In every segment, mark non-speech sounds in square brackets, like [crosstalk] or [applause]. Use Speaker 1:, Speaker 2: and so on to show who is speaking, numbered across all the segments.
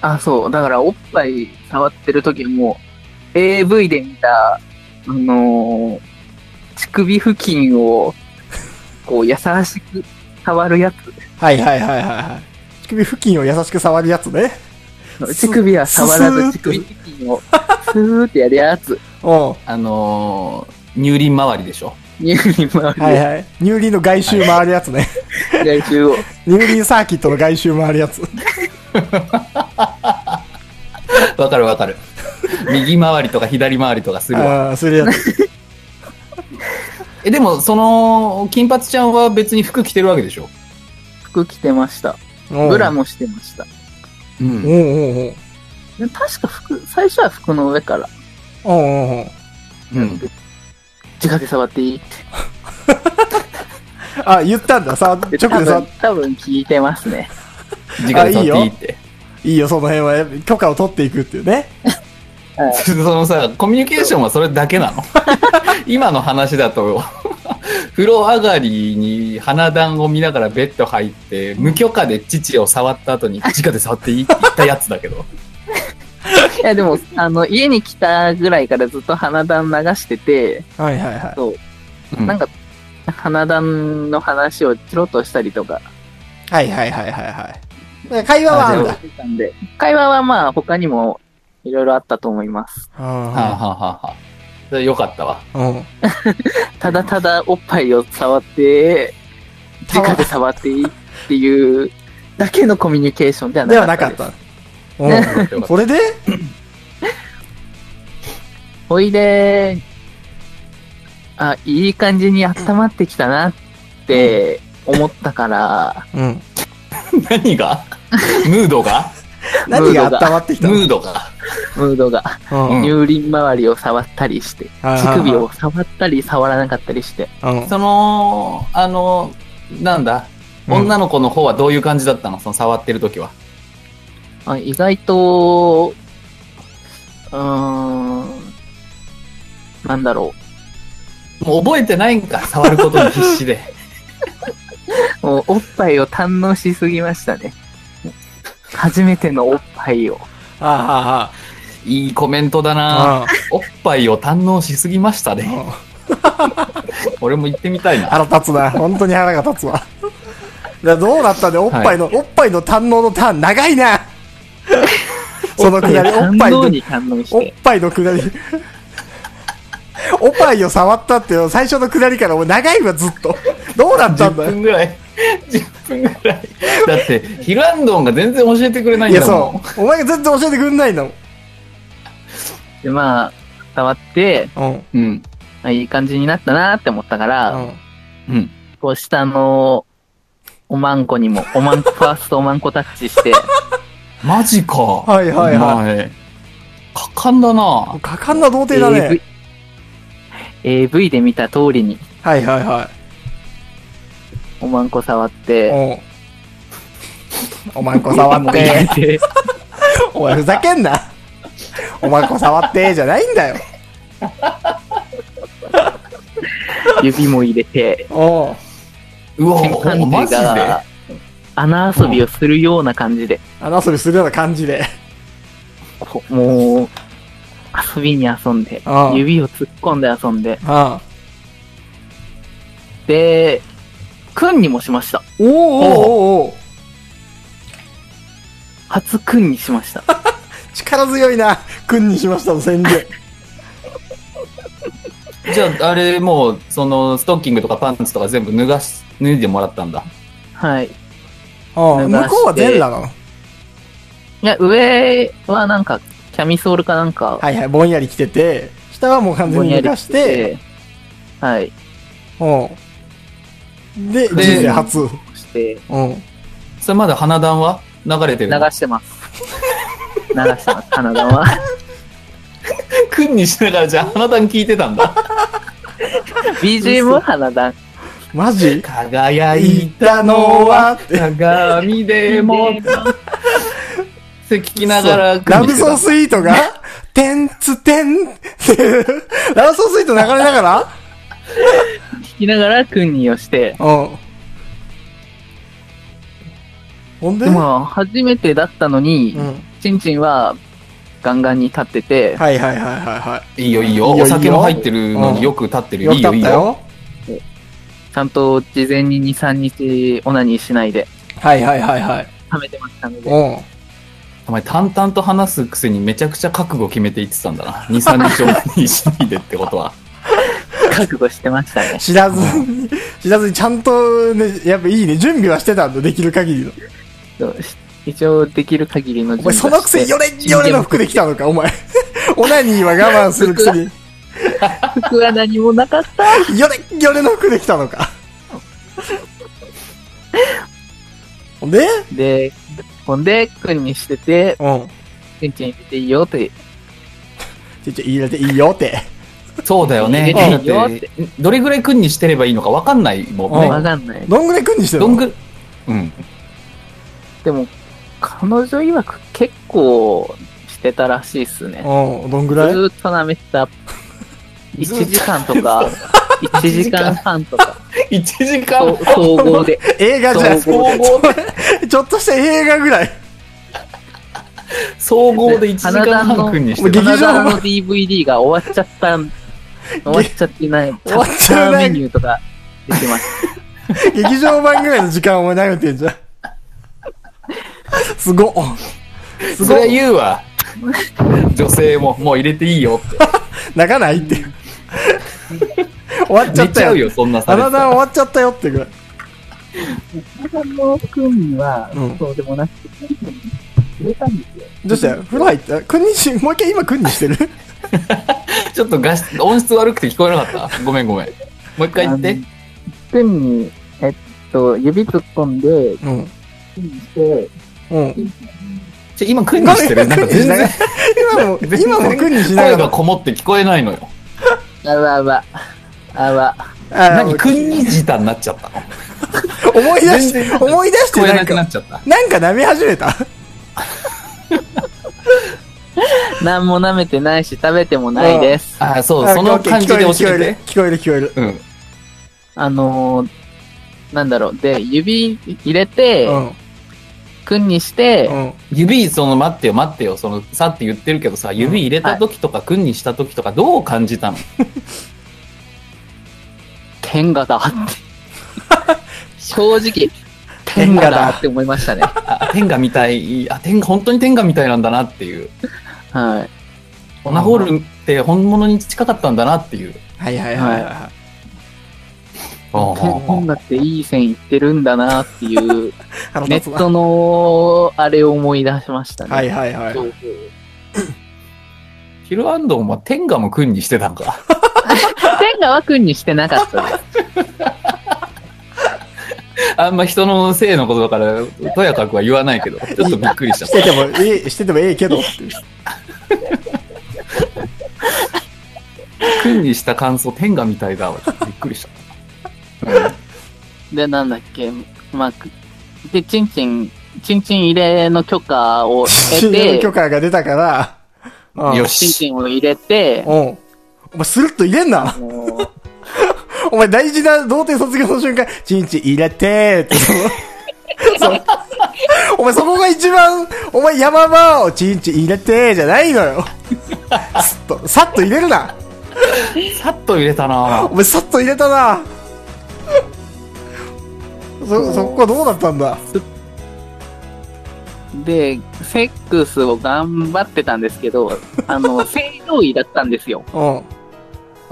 Speaker 1: あ、そう。だから、おっぱい触ってる時も、AV で見た、あのー乳首付近を、こう、優しく触るやつ。
Speaker 2: はいはいはいはいはい。乳首付近を優しく触るやつね。す
Speaker 1: 乳首は触らず、
Speaker 2: す
Speaker 1: 乳
Speaker 2: す
Speaker 1: 首
Speaker 2: ーって
Speaker 1: 付近を、スーってやるやつ。
Speaker 2: うん。は
Speaker 3: あのー、乳輪周りでしょ。
Speaker 1: 乳首
Speaker 2: い
Speaker 1: 回る
Speaker 2: はい。乳輪の外周回るやつね。
Speaker 1: 外周を。
Speaker 2: 乳輪サーキットの外周回るやつ。
Speaker 3: わかるわかる。右回りとか左回りとかするわ。
Speaker 2: ああ、するやつ。
Speaker 3: え、でも、その、金髪ちゃんは別に服着てるわけでしょ。
Speaker 1: 服着てました。
Speaker 2: うん
Speaker 1: ブラ。もしてました。
Speaker 2: う
Speaker 3: う
Speaker 2: ん
Speaker 3: ん。
Speaker 2: うんうん。
Speaker 1: で確か服、最初は服の上から、
Speaker 2: うんうんうん。
Speaker 3: うん。
Speaker 1: 直で触っていいって
Speaker 2: あ、言ったんだ。さ、
Speaker 1: 言
Speaker 2: 直で
Speaker 1: って。多
Speaker 2: さ
Speaker 1: 分、、多分聞いてますね。
Speaker 3: 時間経っていいって。
Speaker 2: いいよ、その辺は。許可を取っていくっていうね。
Speaker 3: そのさ、コミュニケーションはそれだけなの [laughs] 今の話だと、 [laughs] 風呂上がりに花壇を見ながらベッド入って、無許可で父を触った後に、直で触っていいって言ったやつだけど。
Speaker 1: いや、でも、あの、家に来たぐらいからずっと花壇流してて、
Speaker 2: はいはいはい。
Speaker 3: うん
Speaker 1: なんか、花壇の話をチロッとしたりとか、
Speaker 2: はいはいはいはいはい。だから会話はあるんだ
Speaker 1: してたんで、会話はまあ、他にも、いろいろあったと思います。
Speaker 3: はあ、はあはあはあ、それよかったわ。
Speaker 2: うん。うん。
Speaker 1: ただただおっぱいを触って、
Speaker 2: たわ
Speaker 1: 直で触っていいっていう、だけのコミュニケーションでは
Speaker 2: ではな
Speaker 1: なか
Speaker 2: かっ
Speaker 1: ったた。。
Speaker 2: うん。
Speaker 3: よかっ
Speaker 2: それで
Speaker 1: ほいで、あ、いい感じに温まってきたなって思ったから、
Speaker 2: うん。
Speaker 3: た何がムードが
Speaker 2: 何が温まってきた
Speaker 3: ム
Speaker 2: の
Speaker 3: ードが
Speaker 1: ムードが。
Speaker 2: うん
Speaker 3: うん
Speaker 1: 乳輪周りを触ったりして、
Speaker 2: はい
Speaker 1: 乳首を触ったり触らなかったりして、
Speaker 2: うん
Speaker 3: その、あの、なんだ、
Speaker 2: うん
Speaker 3: 女の子の方はどういう感じだったのその触ってる時は。
Speaker 1: あ意外と、うーん、なんだろ
Speaker 3: もう覚えてないんか、触ることに
Speaker 2: [laughs]
Speaker 3: 必死で。
Speaker 1: う、もうおっぱいを堪能しすぎましたね。初めてのおっぱいを。
Speaker 2: ああはあ
Speaker 3: いいコメントだな
Speaker 2: ああ
Speaker 3: おっぱいを堪能しすぎましたね。
Speaker 2: うん
Speaker 3: [laughs] 俺も行ってみたいな。
Speaker 2: 腹立つな。本当に腹が立つわ。じゃあどうなったんだよ。おっぱいの、おっぱいの堪能のターン長い [laughs] な。そのくだり、おっ
Speaker 1: 堪
Speaker 2: ぱい
Speaker 1: 能
Speaker 2: の、
Speaker 1: に堪能し。
Speaker 2: おってぱいのくだり。おっぱいを触ったってよ、最初のくだりからもう長いわ、ずっと。どうなった
Speaker 3: 10
Speaker 2: んだよ。
Speaker 3: 分ぐらい。10分ぐらい。だって、ヒルアンドンが全然教えてくれない
Speaker 2: い
Speaker 3: ん
Speaker 2: や、
Speaker 3: だもん
Speaker 2: そ。う。お前が全然教えてくんないんだもん。
Speaker 1: で、まあ、触って、
Speaker 2: うん。
Speaker 3: うん。
Speaker 1: あいい感じになったなって思ったから、
Speaker 3: うん。
Speaker 1: こう下の、おまんこにも、おまんこ、ファーストおまんこタッチ
Speaker 2: [laughs]
Speaker 1: して、
Speaker 3: マジか。はい
Speaker 2: はいはい
Speaker 3: い。果敢だな
Speaker 2: うん。果敢な童貞だ
Speaker 1: AV
Speaker 2: ね。
Speaker 1: AV で見た通りに、
Speaker 2: はいはいは
Speaker 1: おまんこ触っ
Speaker 2: い。
Speaker 1: て、
Speaker 2: うん。おまんこ触って。
Speaker 1: で
Speaker 2: [laughs] お前ふざけんな。おまんこ触って、じゃないんだよ。
Speaker 1: 指も入れ
Speaker 2: [laughs]
Speaker 1: て、
Speaker 2: おう
Speaker 3: [laughs] うわ
Speaker 1: 先官
Speaker 3: おマ
Speaker 1: 邸
Speaker 3: ジで。
Speaker 1: が穴遊びをするような感じで、
Speaker 2: 穴遊びするような感じで。
Speaker 1: こうもう、遊びに遊んで
Speaker 2: ああ、
Speaker 1: 指を突っ込んで遊んで、
Speaker 2: ああ
Speaker 1: で、くんにもしました。
Speaker 2: おうおうおうおう
Speaker 1: 初くんにしました。
Speaker 2: [laughs] 力強いな。くんにしましたの宣言。
Speaker 3: じゃあ、あれ、もう、その、ストッキングとかパンツとか全部脱がし、脱いでもらったんだ。
Speaker 1: はい。い
Speaker 2: うん
Speaker 1: 流して
Speaker 2: 向こうは全裸なの。
Speaker 1: や、上はなんか、キャミソールかなんか、
Speaker 2: はいはい、ぼんやり着てて、下はもう完全に脱がして、、
Speaker 1: はい、
Speaker 2: うん。で、人
Speaker 3: で
Speaker 2: 生初。うん。
Speaker 1: して、
Speaker 3: それまだ花壇は流れて
Speaker 1: 流
Speaker 3: るの。
Speaker 1: して
Speaker 2: [laughs]
Speaker 1: ます。流してます、花壇は。
Speaker 3: くんにしなが
Speaker 2: [laughs]
Speaker 3: ら、じゃあ花壇聞いてたんだ。
Speaker 1: BGM は花壇。
Speaker 2: マジ
Speaker 3: 輝いたのは、鏡でも、って聞きながら、
Speaker 2: ラブソー
Speaker 3: ス
Speaker 2: スイート [laughs] が、てんつてんってラブソースイート流れながら
Speaker 1: 聞きながら、クンニーをして、
Speaker 2: うん。ほんで、
Speaker 1: でも、初めてだったのに
Speaker 2: う、ん。
Speaker 1: ちんちんはガンガンに立ってて、
Speaker 2: はいはいはいはいはい
Speaker 3: いよい
Speaker 2: い
Speaker 3: いよ。
Speaker 2: いよ
Speaker 3: お酒も入ってるのによく立って
Speaker 2: い。
Speaker 3: るよ。
Speaker 2: よ
Speaker 3: い
Speaker 2: く立
Speaker 3: い
Speaker 2: っ
Speaker 3: よいい
Speaker 2: た
Speaker 3: よ。
Speaker 2: よ。
Speaker 1: ちゃんと事前に2、3日オナニーしないで、
Speaker 2: はいはいはいはい。
Speaker 1: 溜めてましたので、
Speaker 2: うん。
Speaker 3: お前淡々と話すくせにめちゃくちゃ覚悟決めて言ってたんだな。2、3日後にしないでってこ
Speaker 2: [laughs]
Speaker 3: とは。
Speaker 1: 覚悟してましたね。
Speaker 2: 知らずに、知らずにちゃんとね、やっぱいいね、準備はしてたんだ、できる限りの。
Speaker 1: そうし一応、できる限りの
Speaker 2: お
Speaker 1: 準
Speaker 2: 前、
Speaker 1: 備
Speaker 2: そ
Speaker 1: は
Speaker 2: の
Speaker 1: し
Speaker 2: く
Speaker 1: て
Speaker 2: せ、よれ、よれの服で来たのか、お前。オナニーは我慢するくせに、
Speaker 1: 服は何もなかった。
Speaker 2: よれ、よれの服で来たのか。ほんで
Speaker 1: で、ほんで、くんにしてて、
Speaker 2: うん。
Speaker 1: ちんちん入れていいよって、
Speaker 2: ちょちょ、入れていいよって。
Speaker 3: そうだよね。
Speaker 1: いい
Speaker 3: だ
Speaker 1: よ
Speaker 3: っ
Speaker 1: って
Speaker 3: て、どれぐらい君にしてればいいのかわかんないもん
Speaker 2: う
Speaker 1: わ
Speaker 3: ね。
Speaker 1: かんない。
Speaker 2: どんぐらいくんにしてる
Speaker 3: どん
Speaker 2: の
Speaker 3: ぐ、うん。
Speaker 1: でも、彼女曰く結構してたらしいっすね。
Speaker 2: うん、どんぐ
Speaker 1: ず
Speaker 2: らい
Speaker 1: ーっと舐めて
Speaker 2: [laughs]
Speaker 1: た。1時間とか、1時間半とか、
Speaker 3: 1時間
Speaker 1: 総総合で。
Speaker 2: 映画じゃん。
Speaker 1: 総合
Speaker 3: 総合
Speaker 2: ちょっとした映画ぐらい。
Speaker 3: 総合で1時間半君にして
Speaker 2: 劇
Speaker 3: る。
Speaker 1: 花
Speaker 2: 場
Speaker 1: 沢の DVD が終わっちゃった、終わっちゃってない、
Speaker 2: [laughs] 終わっちゃ
Speaker 1: タッカー
Speaker 2: うね
Speaker 1: メニューとかできまし
Speaker 2: 劇場版ぐらいの時間を投げてんじゃん。すごっ。
Speaker 3: それは言うわ。 [laughs] 女性も、もう入れていいよって。
Speaker 2: 泣かないっていう。終わっちゃ
Speaker 3: 寝
Speaker 2: っ
Speaker 3: ち
Speaker 2: た
Speaker 3: ゃ
Speaker 2: よ。
Speaker 3: うよ、そんなさ
Speaker 2: あ
Speaker 3: れ
Speaker 2: な
Speaker 3: て
Speaker 2: た
Speaker 3: たら
Speaker 2: は終わっちゃったよってぐらい。
Speaker 1: た。花沢の君は
Speaker 2: うん、
Speaker 1: そうでもなくて、入れたんですよ。
Speaker 2: どうした風呂入ったくんにし、もう一回今くんにしてる
Speaker 3: ちょっと画質音質悪くて聞こえなかった。ごめんごめん。もう一回言って。
Speaker 1: 君に、えっと、指突っ込んで、
Speaker 2: うん。
Speaker 1: チンして、
Speaker 2: うん。
Speaker 3: ちょ今、クイズしてる。なんか全然、
Speaker 2: 今も、今もくんにしな
Speaker 3: 声
Speaker 2: が
Speaker 3: が
Speaker 2: ら。
Speaker 3: こもって聞こえないのよ。
Speaker 1: あわあわ、あわ、
Speaker 2: あ
Speaker 3: 何、くんにじたになっちゃったの。聞
Speaker 2: 思い出して、思い出して
Speaker 3: こえ
Speaker 2: な
Speaker 3: なんくな
Speaker 2: か、
Speaker 3: っちゃった。
Speaker 2: なんか舐め始めた。
Speaker 1: 何も舐めてないし、食べてもないです。
Speaker 3: あ、そう、その感じで教えて。
Speaker 2: 聞こえる聞こえる。聞こ
Speaker 3: うん。
Speaker 1: あのー、なんだろう。で、指入れて
Speaker 2: える、聞こ
Speaker 1: くんにし
Speaker 2: え
Speaker 1: て
Speaker 2: る。う、ん。うん。
Speaker 3: 指、その、待ってよ、待ってよ、その、さって言ってるけどさ、指入れた時とか、くんにした時とか、どう感じたの
Speaker 1: 天下だって。
Speaker 2: [laughs]
Speaker 1: 正直、天下だって思いま
Speaker 2: [laughs]
Speaker 1: したね。
Speaker 3: あ、天下みたい、あ、天下、本当に天下みたいなんだなっていう。
Speaker 1: はい。
Speaker 3: オナホールって本物に近かったんだなっていう。
Speaker 2: はいはいはいは
Speaker 1: 天下っていい線いってるんだなって
Speaker 2: [laughs]
Speaker 1: いう、
Speaker 2: い。腹
Speaker 1: ネ
Speaker 2: 立
Speaker 1: ッ
Speaker 2: つな。
Speaker 1: トの、あれを思い出しましたね。
Speaker 2: はいはいはい。
Speaker 1: そう
Speaker 3: ヒルアンドンは天下も君にしてたんか。 [laughs]
Speaker 1: 天下はくんにしてなかったです。
Speaker 3: あんま人の性のことだから、とやかくは言わないけど、ちょっとびっくりし
Speaker 2: し
Speaker 3: ちゃ
Speaker 2: て
Speaker 3: って
Speaker 2: もええ、しててもええけ
Speaker 3: [laughs]
Speaker 2: どっていう。 [laughs]
Speaker 3: た。君にした感想、天下みたいだわ。ちょっとびっくりしちゃった。
Speaker 2: [laughs]
Speaker 1: で、なんだっけ、まあ、くで、ちんちん、ちんちん入れの許可を
Speaker 2: 信
Speaker 1: 得
Speaker 2: 用
Speaker 1: て、
Speaker 2: 許可が出たから、う
Speaker 3: うん
Speaker 2: ん
Speaker 3: よ
Speaker 1: ちん
Speaker 3: し。
Speaker 1: ちんを入れて、
Speaker 2: うん。お前、スルッと入れんな。 [laughs]
Speaker 1: もう
Speaker 2: お前、大事な童貞卒業の瞬間、チンチン入れてー [laughs] って。 [laughs] そうお前、そこが一番、お前、山場をチンチン入れてーじゃないのよ。すっと、さっと入れるな。
Speaker 3: さっと入れたな
Speaker 2: お前、さっと入れたな。そ、そこはどうだったんだ
Speaker 1: で、セックスを頑張ってたんですけ
Speaker 2: [laughs]
Speaker 1: ど、あの、性同意だったんですよ。
Speaker 2: う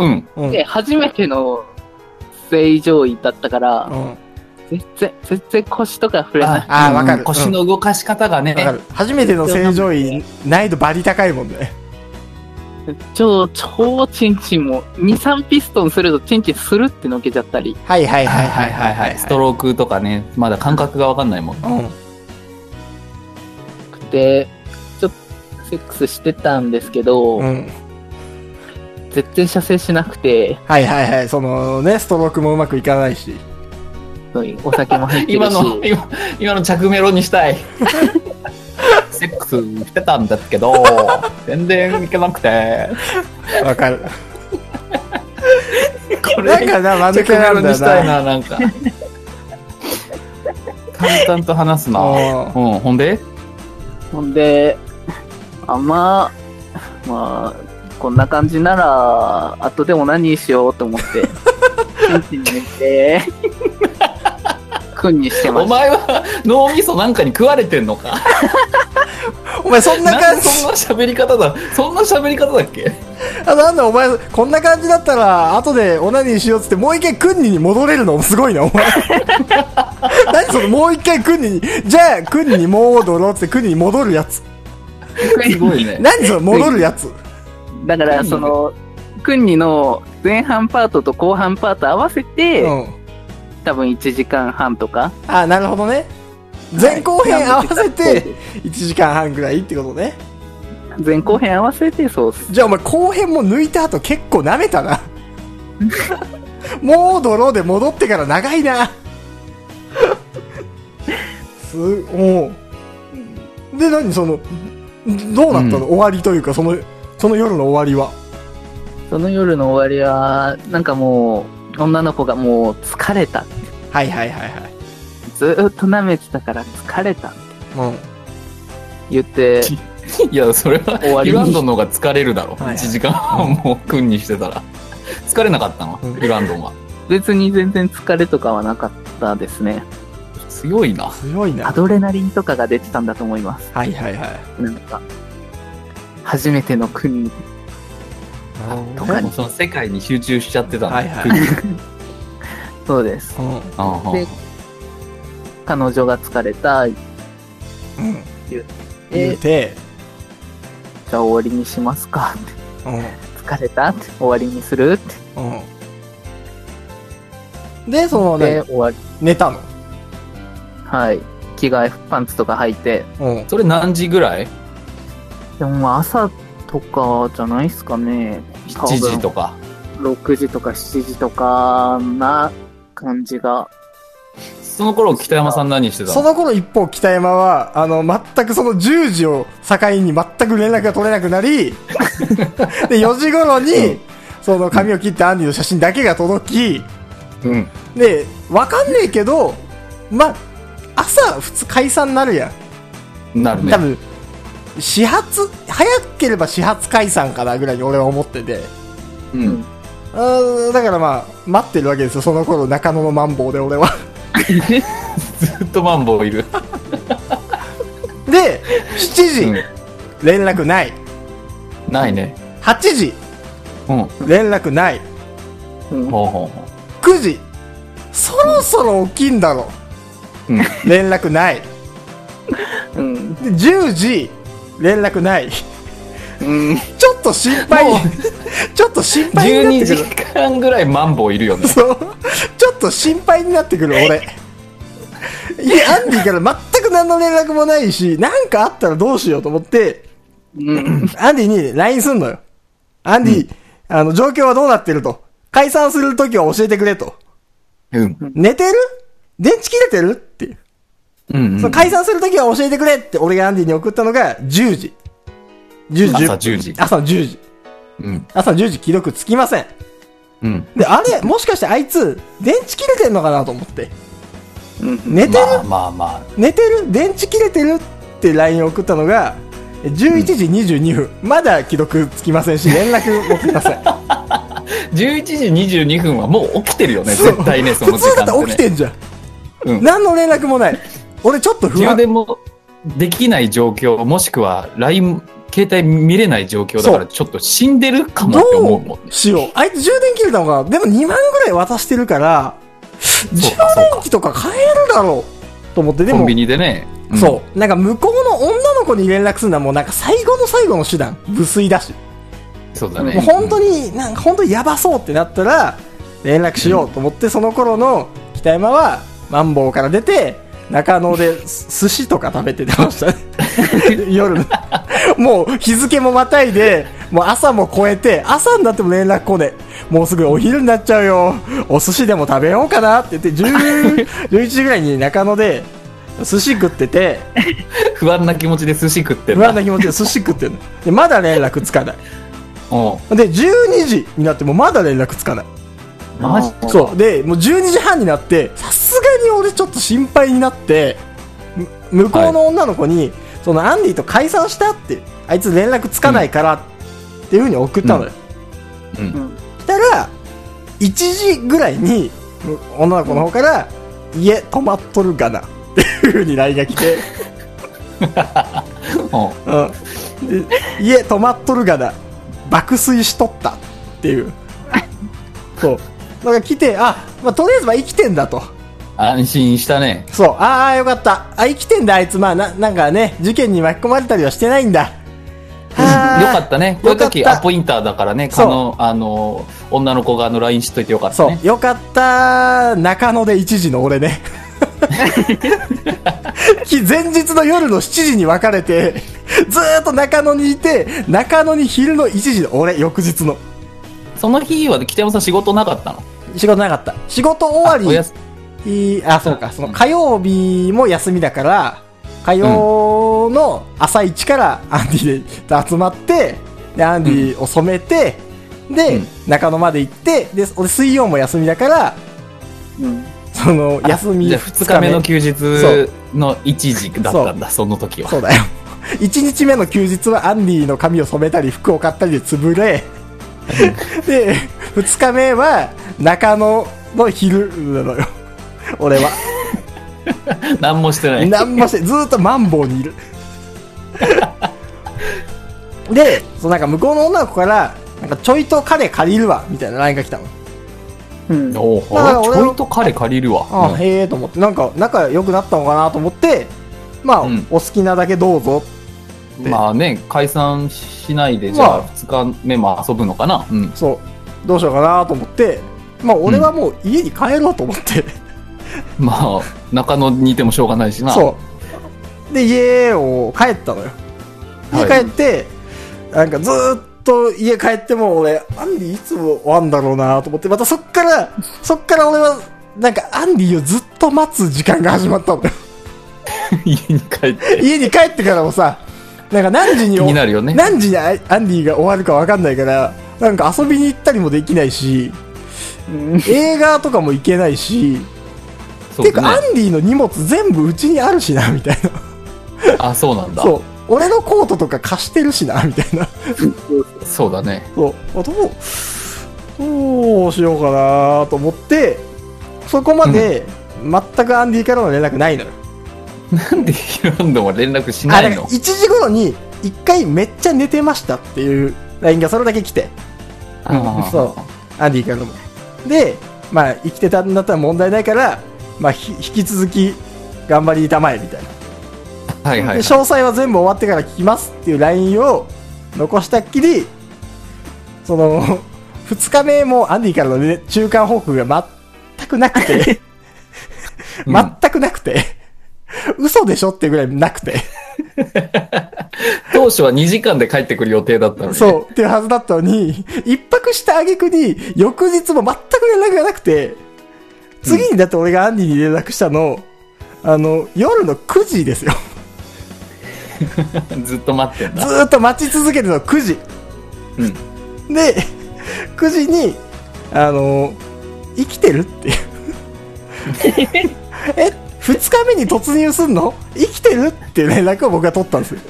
Speaker 2: ん。
Speaker 3: うん。
Speaker 2: うん。うん
Speaker 1: で、初めての性上位だったから、全然、全然腰とか触れない。
Speaker 2: あーわかる
Speaker 3: うん腰の動かし方がね
Speaker 2: わ、かる。初めての正常位、難易度バリ高いもんね。
Speaker 1: 超、超チンチンも、2、3ピストンするとチンチンするってのけちゃったり、
Speaker 2: はいはい
Speaker 3: は
Speaker 2: はいい
Speaker 3: は
Speaker 2: はいい
Speaker 3: は
Speaker 2: はいい
Speaker 3: は。
Speaker 2: はいい。
Speaker 3: ストロークとかね、まだ感覚がわかんないもん。
Speaker 2: うん。
Speaker 1: で、ちょっと、セックスしてたんですけど、
Speaker 2: うん。
Speaker 1: 絶対射精しなくて、
Speaker 2: はいはいはい。そのね、ストロークもうまくいかないし。
Speaker 1: お酒も入って
Speaker 3: 今
Speaker 1: るし、
Speaker 3: の、今、今の着メロに
Speaker 2: [laughs]
Speaker 3: したい。セックスしてたんですけど、全然いけなくて。
Speaker 2: わかる。
Speaker 3: こ
Speaker 2: なんかな、間抜けなんだよ
Speaker 3: したい
Speaker 2: な。
Speaker 3: な、なんか。淡々と話すな。うん、
Speaker 2: あ
Speaker 3: ほんで
Speaker 1: ほんで、あまあ、まあ、こんな感じなら、あとでも何にしようと思って、チンチンに寝て、君にしてま
Speaker 3: お
Speaker 1: した。
Speaker 3: 前は脳みそなんかに食われてんのか
Speaker 2: お前そんな
Speaker 3: なん
Speaker 2: 感
Speaker 3: で
Speaker 2: じ
Speaker 3: そんな喋り方だそんな喋り方だっけ
Speaker 2: あなんだお前こんな感じだったら後でオナニーしようっつってもう一回クンニに戻れるのすごいなお
Speaker 3: [laughs]
Speaker 2: 前何そのもう一回クンニにじゃあクンニに戻ろうっつってクンニに戻るやつ
Speaker 3: すごいね。
Speaker 2: 何その戻るやつ
Speaker 1: だから、その、君にの前半パートと後半パート合わせて、
Speaker 2: うん
Speaker 1: 多分1時間半とか。
Speaker 2: あなるほどね前後編合わせ
Speaker 1: はい
Speaker 2: て、1時間半ぐらいってことね
Speaker 1: 前後編合わせて、そうっす。
Speaker 2: じゃあお前後編も抜いた後結構舐めたなもうドローで戻ってから長いなすおうで何そのどうなったの、終わりというかそのその夜の終わ
Speaker 1: その夜の終わりは、なんかもう、女の子がもう疲れた。
Speaker 2: りははいはいはいはい
Speaker 1: ずーっと舐めてたから疲れたって
Speaker 2: うん
Speaker 1: 言って、
Speaker 3: [laughs] いや、それは
Speaker 1: 終わり
Speaker 3: 言わんどんの方が疲れるだろ。
Speaker 2: はいはい
Speaker 3: 1時間半も君にしてたら。疲れなかったの
Speaker 2: うん
Speaker 3: 言わんどんは。
Speaker 1: 別に全然疲れとかはなかったですね。
Speaker 3: 強いな。
Speaker 2: 強いな
Speaker 1: ア
Speaker 2: は
Speaker 1: ドレナリンとかが出てたんだと思います。
Speaker 2: いはいはい
Speaker 1: なんか、初めての国とか
Speaker 3: もうその世界に集中しちゃってたんだ。
Speaker 2: はいはい
Speaker 3: 君に
Speaker 1: そうです。
Speaker 2: うん
Speaker 3: [laughs] ああ
Speaker 1: で彼女が疲れた。
Speaker 2: うん言
Speaker 1: え
Speaker 2: う、て、
Speaker 1: じゃあ終わりにしますかって。
Speaker 2: う
Speaker 1: 疲れたって。終わりにするって。
Speaker 2: んうんでその
Speaker 1: で、
Speaker 2: ね
Speaker 1: 終わり。
Speaker 2: 寝たの
Speaker 1: はい。着替え、パンツとか履いて。
Speaker 2: うん
Speaker 3: それ何時ぐらい
Speaker 1: でもまあ朝とかじゃないですかね。
Speaker 3: ?7 時とか。
Speaker 1: 6時とか7時とかな感じが。
Speaker 3: その頃、北山さん何してた
Speaker 2: そ
Speaker 3: の
Speaker 2: の頃一方北山は、あの、全くその10時を境に全く連絡が取れなくな
Speaker 3: [laughs]
Speaker 2: り、で、4時頃に、
Speaker 3: うん
Speaker 2: その髪を切ったアンディの写真だけが届き、
Speaker 3: うん。
Speaker 2: で、わかんねえけど、ま、朝普通解散になるや
Speaker 3: なる
Speaker 2: ん。
Speaker 3: ね
Speaker 2: 多。分、始発、早ければ始発解散かなぐらいに俺は思ってて。
Speaker 3: うん。
Speaker 2: うーんだからまあ、待ってるわけですよ。その頃中野のマンボウで俺は。
Speaker 3: ずっとマンボウい
Speaker 2: [laughs]
Speaker 3: る。
Speaker 2: で、
Speaker 3: う
Speaker 2: 7
Speaker 3: ん
Speaker 2: 時、連絡ない。
Speaker 3: ないね。
Speaker 2: 8時、
Speaker 3: うん。ほ
Speaker 2: 連絡ない。
Speaker 1: うん
Speaker 3: うほうほ
Speaker 2: 9時そろそろ起きんだろ
Speaker 3: う。うん。
Speaker 2: 連絡ない
Speaker 1: うん。
Speaker 2: で10時連絡ない [laughs] ち
Speaker 1: うん。
Speaker 2: ょっと心配
Speaker 3: も
Speaker 2: [laughs] ちょっと心配にな
Speaker 3: 12
Speaker 2: ってく
Speaker 3: 時
Speaker 2: る
Speaker 3: 間ぐらいマンボウいるよね。
Speaker 2: そうちょっと心配になってくる俺いやアンディから全く何の連絡もないし何かあったらどうしようと思って [laughs]
Speaker 1: うん。
Speaker 2: アンディに LINE すんのよアンディ、あの状況はどうなってると解散するときは教えてくれと
Speaker 3: うん。
Speaker 2: 寝てる電池切れてるっていう
Speaker 3: うん、
Speaker 2: その解散するときは教えてくれって俺がアンディに送ったのが10時。10時
Speaker 3: 朝
Speaker 2: 10
Speaker 3: 10時。
Speaker 2: 朝10時。
Speaker 3: うん。
Speaker 2: 朝10時既読つきません。
Speaker 3: うん。
Speaker 2: で、あれ、もしかしてあいつ、電池切れてんのかなと思って。
Speaker 1: うん。
Speaker 2: 寝てる、
Speaker 3: まあまあまあ。
Speaker 2: 寝てる電池切れてるって LINE を送ったのが、11時22分。まだ既読つきませんし、連絡送りません。
Speaker 3: 11時22分はもう起きてるよね、
Speaker 2: そう
Speaker 3: [laughs] 絶対ね、そ
Speaker 2: 普
Speaker 3: の時
Speaker 2: 通だ
Speaker 3: 間
Speaker 2: ったら起きてんじゃん。
Speaker 3: うん
Speaker 2: 何の連絡もない。俺ちょっと不
Speaker 3: 充
Speaker 2: 安。
Speaker 3: 電もできない状況、もしくは LINE、携帯見れない状況だから、ちょっと死んでるかもって思うも
Speaker 2: ど
Speaker 3: んね
Speaker 2: う。しよう。あいつ充電切れたのかなでも2万ぐらい渡してるから、充
Speaker 3: そうかそう
Speaker 2: 電器とか買えるだろうと思って、で
Speaker 3: コン
Speaker 2: も
Speaker 3: ビ、ニでね。うん
Speaker 2: そう。なんか向こうの女の子に連絡するのはもうなんか最後の最後の手段。無粋だし。
Speaker 3: そうだね。
Speaker 2: もう本当
Speaker 3: に。
Speaker 2: に、なんか本当にやばそうってなったら、連絡しようと思って、その頃の北山は、マンボウから出て、中野です寿司とか食べてましたね。夜の。もう日付もまたいで、もう朝も超えて、朝になっても連絡来ねえ。もうすぐお昼になっちゃうよ。お寿司でも食べようかなって言って、10 11時ぐらいに中野で寿司食ってて、
Speaker 3: 不安な気持ちで寿司食ってる。
Speaker 2: 不安な気持ちで寿司食ってるの。で、まだ連絡つかない。
Speaker 3: おう
Speaker 2: で、12時になってもまだ連絡つかない。
Speaker 3: マジ
Speaker 2: そう。で、もう12時半になって、さすに俺ちょっと心配になって、む向こうの女の子に、そのアンディと解散したって、あいつ連絡つかないからっていうふうに送ったのよ。
Speaker 3: うん
Speaker 1: うん。
Speaker 2: したら、1時ぐらいに、女の子の方から、家泊まっとるがな。っていうふうに LINE が来て、
Speaker 3: う
Speaker 2: うん、で家泊まっとるがな。爆睡しとった。っていう。そう。なんか来て、あ、まあ、とりあえずは生きてんだと。
Speaker 3: ん安心したね。
Speaker 2: そう、ああ、よかった。あ、生きてんだ、あいつ。まあ、な、なんかね、事件に巻き込まれたりはしてないんだ。
Speaker 3: よ
Speaker 2: あー
Speaker 3: かったね。こういう時
Speaker 2: よかった
Speaker 3: アポインターだからね、
Speaker 2: そう
Speaker 3: あの、あの、女の子側の LINE しといてよかった
Speaker 2: そ
Speaker 3: ね。
Speaker 2: う、よかった。中野で1時の俺
Speaker 3: [laughs]
Speaker 2: ね。き前日の夜の7時に別れて、ずーっと中野にいて、中野に昼の1時の俺、翌日の。
Speaker 3: その日は北山さん仕事なかったの
Speaker 2: 仕事なかった。仕事終
Speaker 3: お
Speaker 2: わ
Speaker 3: やす
Speaker 2: り、あ、そうか、その火曜日も休みだから、火曜の朝一からアンディで集まって、で、アンディを染めて、で、
Speaker 3: うん
Speaker 2: 中野まで行って、で、俺水曜も休みだから、
Speaker 1: うん。
Speaker 2: その、休み
Speaker 3: じゃあ2日目の休
Speaker 2: そう
Speaker 3: 日の1時だったんだ、その時は。
Speaker 2: そうだよ。1日目の休日はアンディの髪を染めたり服を買ったりで潰れ、で、2日目は中野の昼なのよ。俺は。
Speaker 3: 何もしてない。
Speaker 2: なん
Speaker 3: [laughs]
Speaker 2: もして、ずーっとマンボウにいる。で、そのなんか向こうの女の子から、なんかちょいと彼借りるわ、みたいな LINE が来たの。
Speaker 1: うん。
Speaker 3: おお、ち
Speaker 2: だから俺は
Speaker 3: ょいと彼借りるわ。
Speaker 2: ああ、
Speaker 3: うん
Speaker 2: へえと思って、なんか仲良くなったのかなと思って、まあ、
Speaker 3: うん
Speaker 2: お好きなだけどうぞ。
Speaker 3: まあね、解散しない
Speaker 2: ま
Speaker 3: で、
Speaker 2: あ
Speaker 3: じゃあ2日目も遊ぶのかな。うん。
Speaker 2: そう、どうしようかなと思って、まあ俺はもう家に帰ろうと思って、
Speaker 3: まあ、中野にいてもしょうがないしな。
Speaker 2: そう。で、家を帰ったのよ。家
Speaker 3: はい
Speaker 2: 帰って、なんかずーっと家帰っても俺、アンディいつも終わんだろうなと思って、またそっから、そっから俺は、なんかアンディをずっと待つ時間が始まった
Speaker 3: [laughs]
Speaker 2: のよ。
Speaker 3: [laughs] 家に帰って。
Speaker 2: 家に帰ってからもさ、なんか何時に
Speaker 3: 気になるよね
Speaker 2: 何時にアンディが終わるかわかんないから、なんか遊びに行ったりもできないし、
Speaker 1: う
Speaker 3: [laughs]
Speaker 1: ん。
Speaker 2: 映画とかも行けないし、
Speaker 3: そ
Speaker 2: て
Speaker 3: う
Speaker 2: か、
Speaker 3: だ
Speaker 2: ア
Speaker 3: ね。
Speaker 2: ンディの荷物全部うちにあるしな、みたいな。
Speaker 3: あ、そうなんだ。
Speaker 2: そう。俺のコートとか貸してるしな、みたい
Speaker 3: [laughs]
Speaker 2: な。
Speaker 3: そうだね。
Speaker 2: そう。あどう、どうしようかなと思って、そこまで、全くアンディからの連絡ないのよ。
Speaker 3: なんでヒロンドンは連絡し
Speaker 2: あ、
Speaker 3: な
Speaker 2: だ
Speaker 3: い
Speaker 2: から
Speaker 3: の
Speaker 2: 1時頃に、1回めっちゃ寝てましたっていう LINE がそれだけ来て、
Speaker 3: あー
Speaker 2: そう。アンディからも。で、まあ、生きてたんだったら問題ないから、まあ、ひ引き続き、頑張りたまえ、みたいな。
Speaker 3: はいはいはい。
Speaker 2: で詳細は全部終わってから聞きますっていう LINE を残したっきり、その、2日目もアンディからの、ね、中間報告が全くなくて、
Speaker 3: [laughs] うん
Speaker 2: 全くなくて、 [laughs] 嘘でしょっていうぐらいなくて、
Speaker 3: 当初は2時間で帰ってくる予定だったのに。
Speaker 2: そう、っていうはずだったのに、一泊した挙句に、翌日も全く連絡がなくて、次にだって俺がアンディに連絡したの、あの、夜の9時ですよ。
Speaker 3: ずっと待ってん
Speaker 2: ず
Speaker 3: だ。
Speaker 2: ーっと待ち続けてたの9時。
Speaker 3: うん。
Speaker 2: で、9時に、あの生きてるって
Speaker 3: [laughs]
Speaker 2: いう。え、2日目に突入すんの生きてるっていう連絡を僕が取ったんですよ。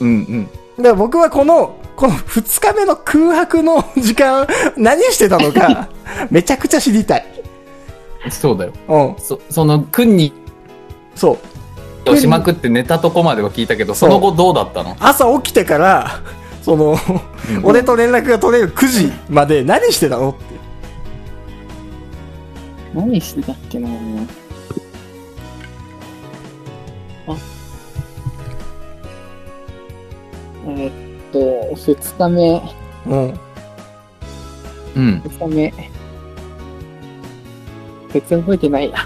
Speaker 3: うんうん。
Speaker 2: だから僕はこの、この2日目の空白の時間、何してたのか、めちゃくちゃ知りたい。
Speaker 3: そうだよ。
Speaker 2: うん、
Speaker 3: そ、その、君に、
Speaker 2: そう。
Speaker 3: をしまくって寝たとこまでは聞いたけど、その後どうだったの
Speaker 2: 朝起きてから、その、
Speaker 3: うん
Speaker 2: 俺と連絡が取れる9時まで何してたのって。
Speaker 1: 何してたっけなあ。えーっと、二日目、
Speaker 2: うん。
Speaker 3: うん。
Speaker 1: 二日目。別に覚えてないや。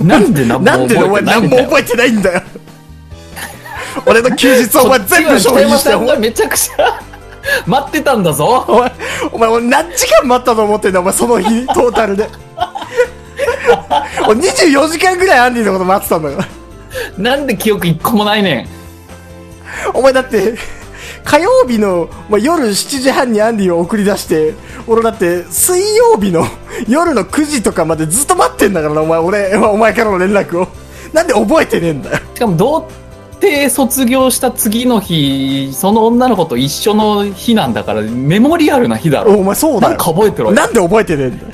Speaker 3: なんで何
Speaker 2: [laughs]
Speaker 3: も
Speaker 2: な
Speaker 3: 覚
Speaker 2: ん
Speaker 3: え
Speaker 2: で
Speaker 3: て
Speaker 2: お前
Speaker 3: ない
Speaker 2: 何
Speaker 3: ん
Speaker 2: も
Speaker 3: だよ。
Speaker 2: 覚えてないんだよ。 [laughs] 俺の休日をお前全部消費して、
Speaker 3: [laughs] こっちは北山さ
Speaker 2: お
Speaker 3: ん
Speaker 2: 前
Speaker 3: が、めちゃくちゃ [laughs] 待ってたんだぞ。
Speaker 2: お前、お前俺何時間待ったと思ってんだ、お前その日、
Speaker 3: [laughs]
Speaker 2: トータルで。俺24時間ぐらいアンディのこと待ってたんだから。
Speaker 3: なんで記憶一個もないねん。
Speaker 2: お前だって、火曜日の、まあ、夜7時半にアンディを送り出して、俺だって水曜日の夜の9時とかまでずっと待ってんだからな、お前、俺、お前からの連絡を。なんで覚えてねえんだよ。
Speaker 3: しかも童貞卒業した次の日その女の子と一緒の日なんだからメモリアルな日だろ
Speaker 2: お前そうだ
Speaker 3: なん
Speaker 2: よ
Speaker 3: か。覚えてろよ
Speaker 2: なんで覚えてねえんだよ。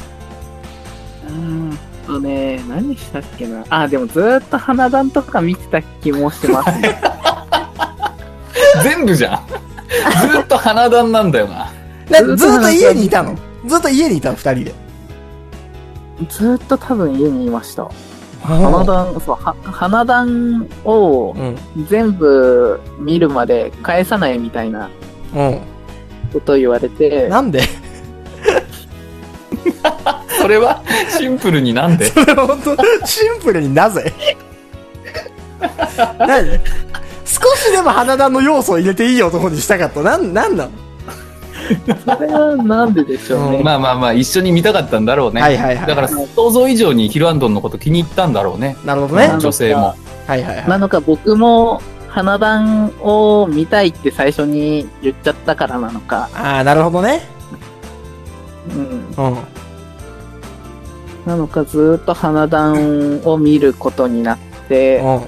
Speaker 1: うんとね、何したっけな。あ、でもずーっと花壇とか見てた気もします [laughs] ね。
Speaker 3: 全部じゃ
Speaker 2: [laughs]
Speaker 3: んずっと花壇なんだよな
Speaker 2: なずっと家にいたのずっと家にいたの、二人で。
Speaker 1: ずーっと多分家にいました。花壇、そう、は花壇を
Speaker 2: うん。
Speaker 1: 全部見るまで返さないみたいな
Speaker 2: う
Speaker 1: ことを言われ
Speaker 2: ん。
Speaker 1: て、
Speaker 2: なんで [laughs]
Speaker 3: それはシンプルになんで
Speaker 2: 本当シンプルになぜ [laughs] 何少しでも花壇の要素を入れていい男にしたかった。なん、なんなの
Speaker 1: それはなんででしょうね。
Speaker 3: まあまあまあ一緒に見たかったんだろうね、
Speaker 2: はいはいはい
Speaker 3: だから想像以上にヒルアンドンのこと気に入ったんだろうね
Speaker 2: なるほどね。
Speaker 1: なのか
Speaker 3: 女性も。
Speaker 2: はいはいは
Speaker 1: なのか僕も花壇を見たいって最初に言っちゃったからなのか
Speaker 2: い。、ああ、なるほどね。
Speaker 1: うん、
Speaker 2: うん。
Speaker 1: なのかずーっと花壇を見ることになって、
Speaker 2: うん。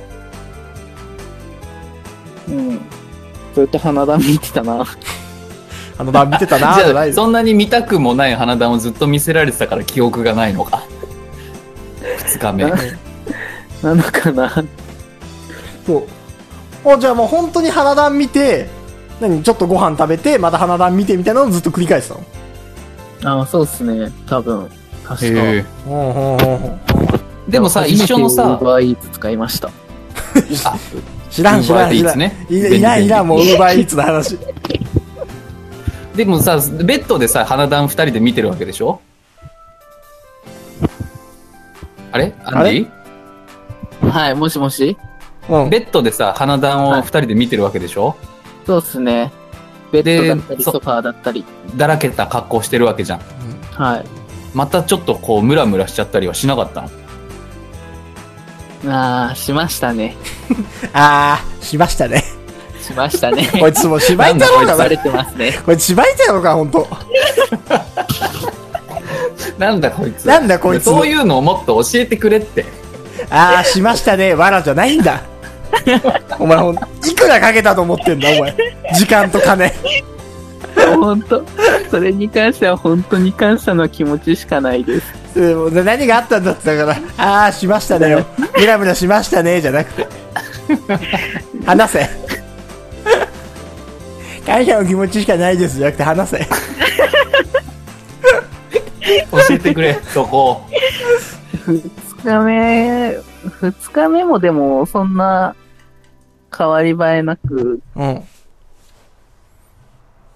Speaker 1: うん、ずーっと花壇見てたな。 [laughs]
Speaker 2: あの晩見てたなー
Speaker 3: じ
Speaker 2: じゃ
Speaker 3: ゃ
Speaker 2: ない
Speaker 3: あそんなに見たくもない花壇をずっと見せられてたから記憶がないのか2日目
Speaker 1: ななのかな。
Speaker 2: そう。おじゃあもう本当に花壇見て、何ちょっとご飯食べて、また花壇見てみたいなのをずっと繰り返してたの。
Speaker 1: あ、そうっすね。多分。確か。
Speaker 3: へえ
Speaker 2: うんうんうんうん。
Speaker 3: でもさ一緒のさ
Speaker 1: バーイーツ使いました。
Speaker 3: あ
Speaker 2: 知らん知らん
Speaker 3: Uber
Speaker 2: 知ら
Speaker 3: Eats
Speaker 2: ん。
Speaker 3: ね
Speaker 2: いいないいな
Speaker 3: 便利便利
Speaker 2: もうウ
Speaker 3: [laughs]
Speaker 2: ーバーイーツの話。
Speaker 3: でもさベッドでさ花壇2人で見てるわけでしょあれアンディ
Speaker 1: はい、もしもし
Speaker 2: うん。
Speaker 3: ベッドでさ花壇を2人で見てるわけでしょ
Speaker 1: そうっすね。ベッドだったり、
Speaker 3: でそ
Speaker 1: ソファーだったり。
Speaker 3: だらけた格好してるわけじゃん
Speaker 1: はい。
Speaker 3: またちょっとこうムラムラしちゃったりはしなかったの
Speaker 1: あー、しましたね。
Speaker 2: あー、しま
Speaker 3: [laughs]
Speaker 2: したね。
Speaker 1: しました [laughs] ね。
Speaker 2: こいつもうしまいたろうが
Speaker 1: 言わ
Speaker 2: な。
Speaker 1: れてますね。
Speaker 2: これしまいたのか、ほんと。
Speaker 3: なんだこいつ
Speaker 2: なんだこいつ
Speaker 3: そういうのをもっと教えてくれって
Speaker 2: あー、しましたね。わらじゃないん
Speaker 3: [laughs]
Speaker 2: だ。お前ほん、いくらかけたと思ってんだ、お前。時間と金。
Speaker 1: 本当それに関しては本当に感謝の気持ちしかないです。
Speaker 2: でも何があったんだってだから、あー、しましたねよ。ムラムラしましたね、じゃなく
Speaker 3: [laughs]
Speaker 2: て。話せ。感謝の気持ちしかないです、じゃなくて話せ。
Speaker 3: 教えてくれ
Speaker 2: [laughs]
Speaker 3: そこを
Speaker 1: 二日目、二日目もでもそんな変わり映えなく
Speaker 2: うん。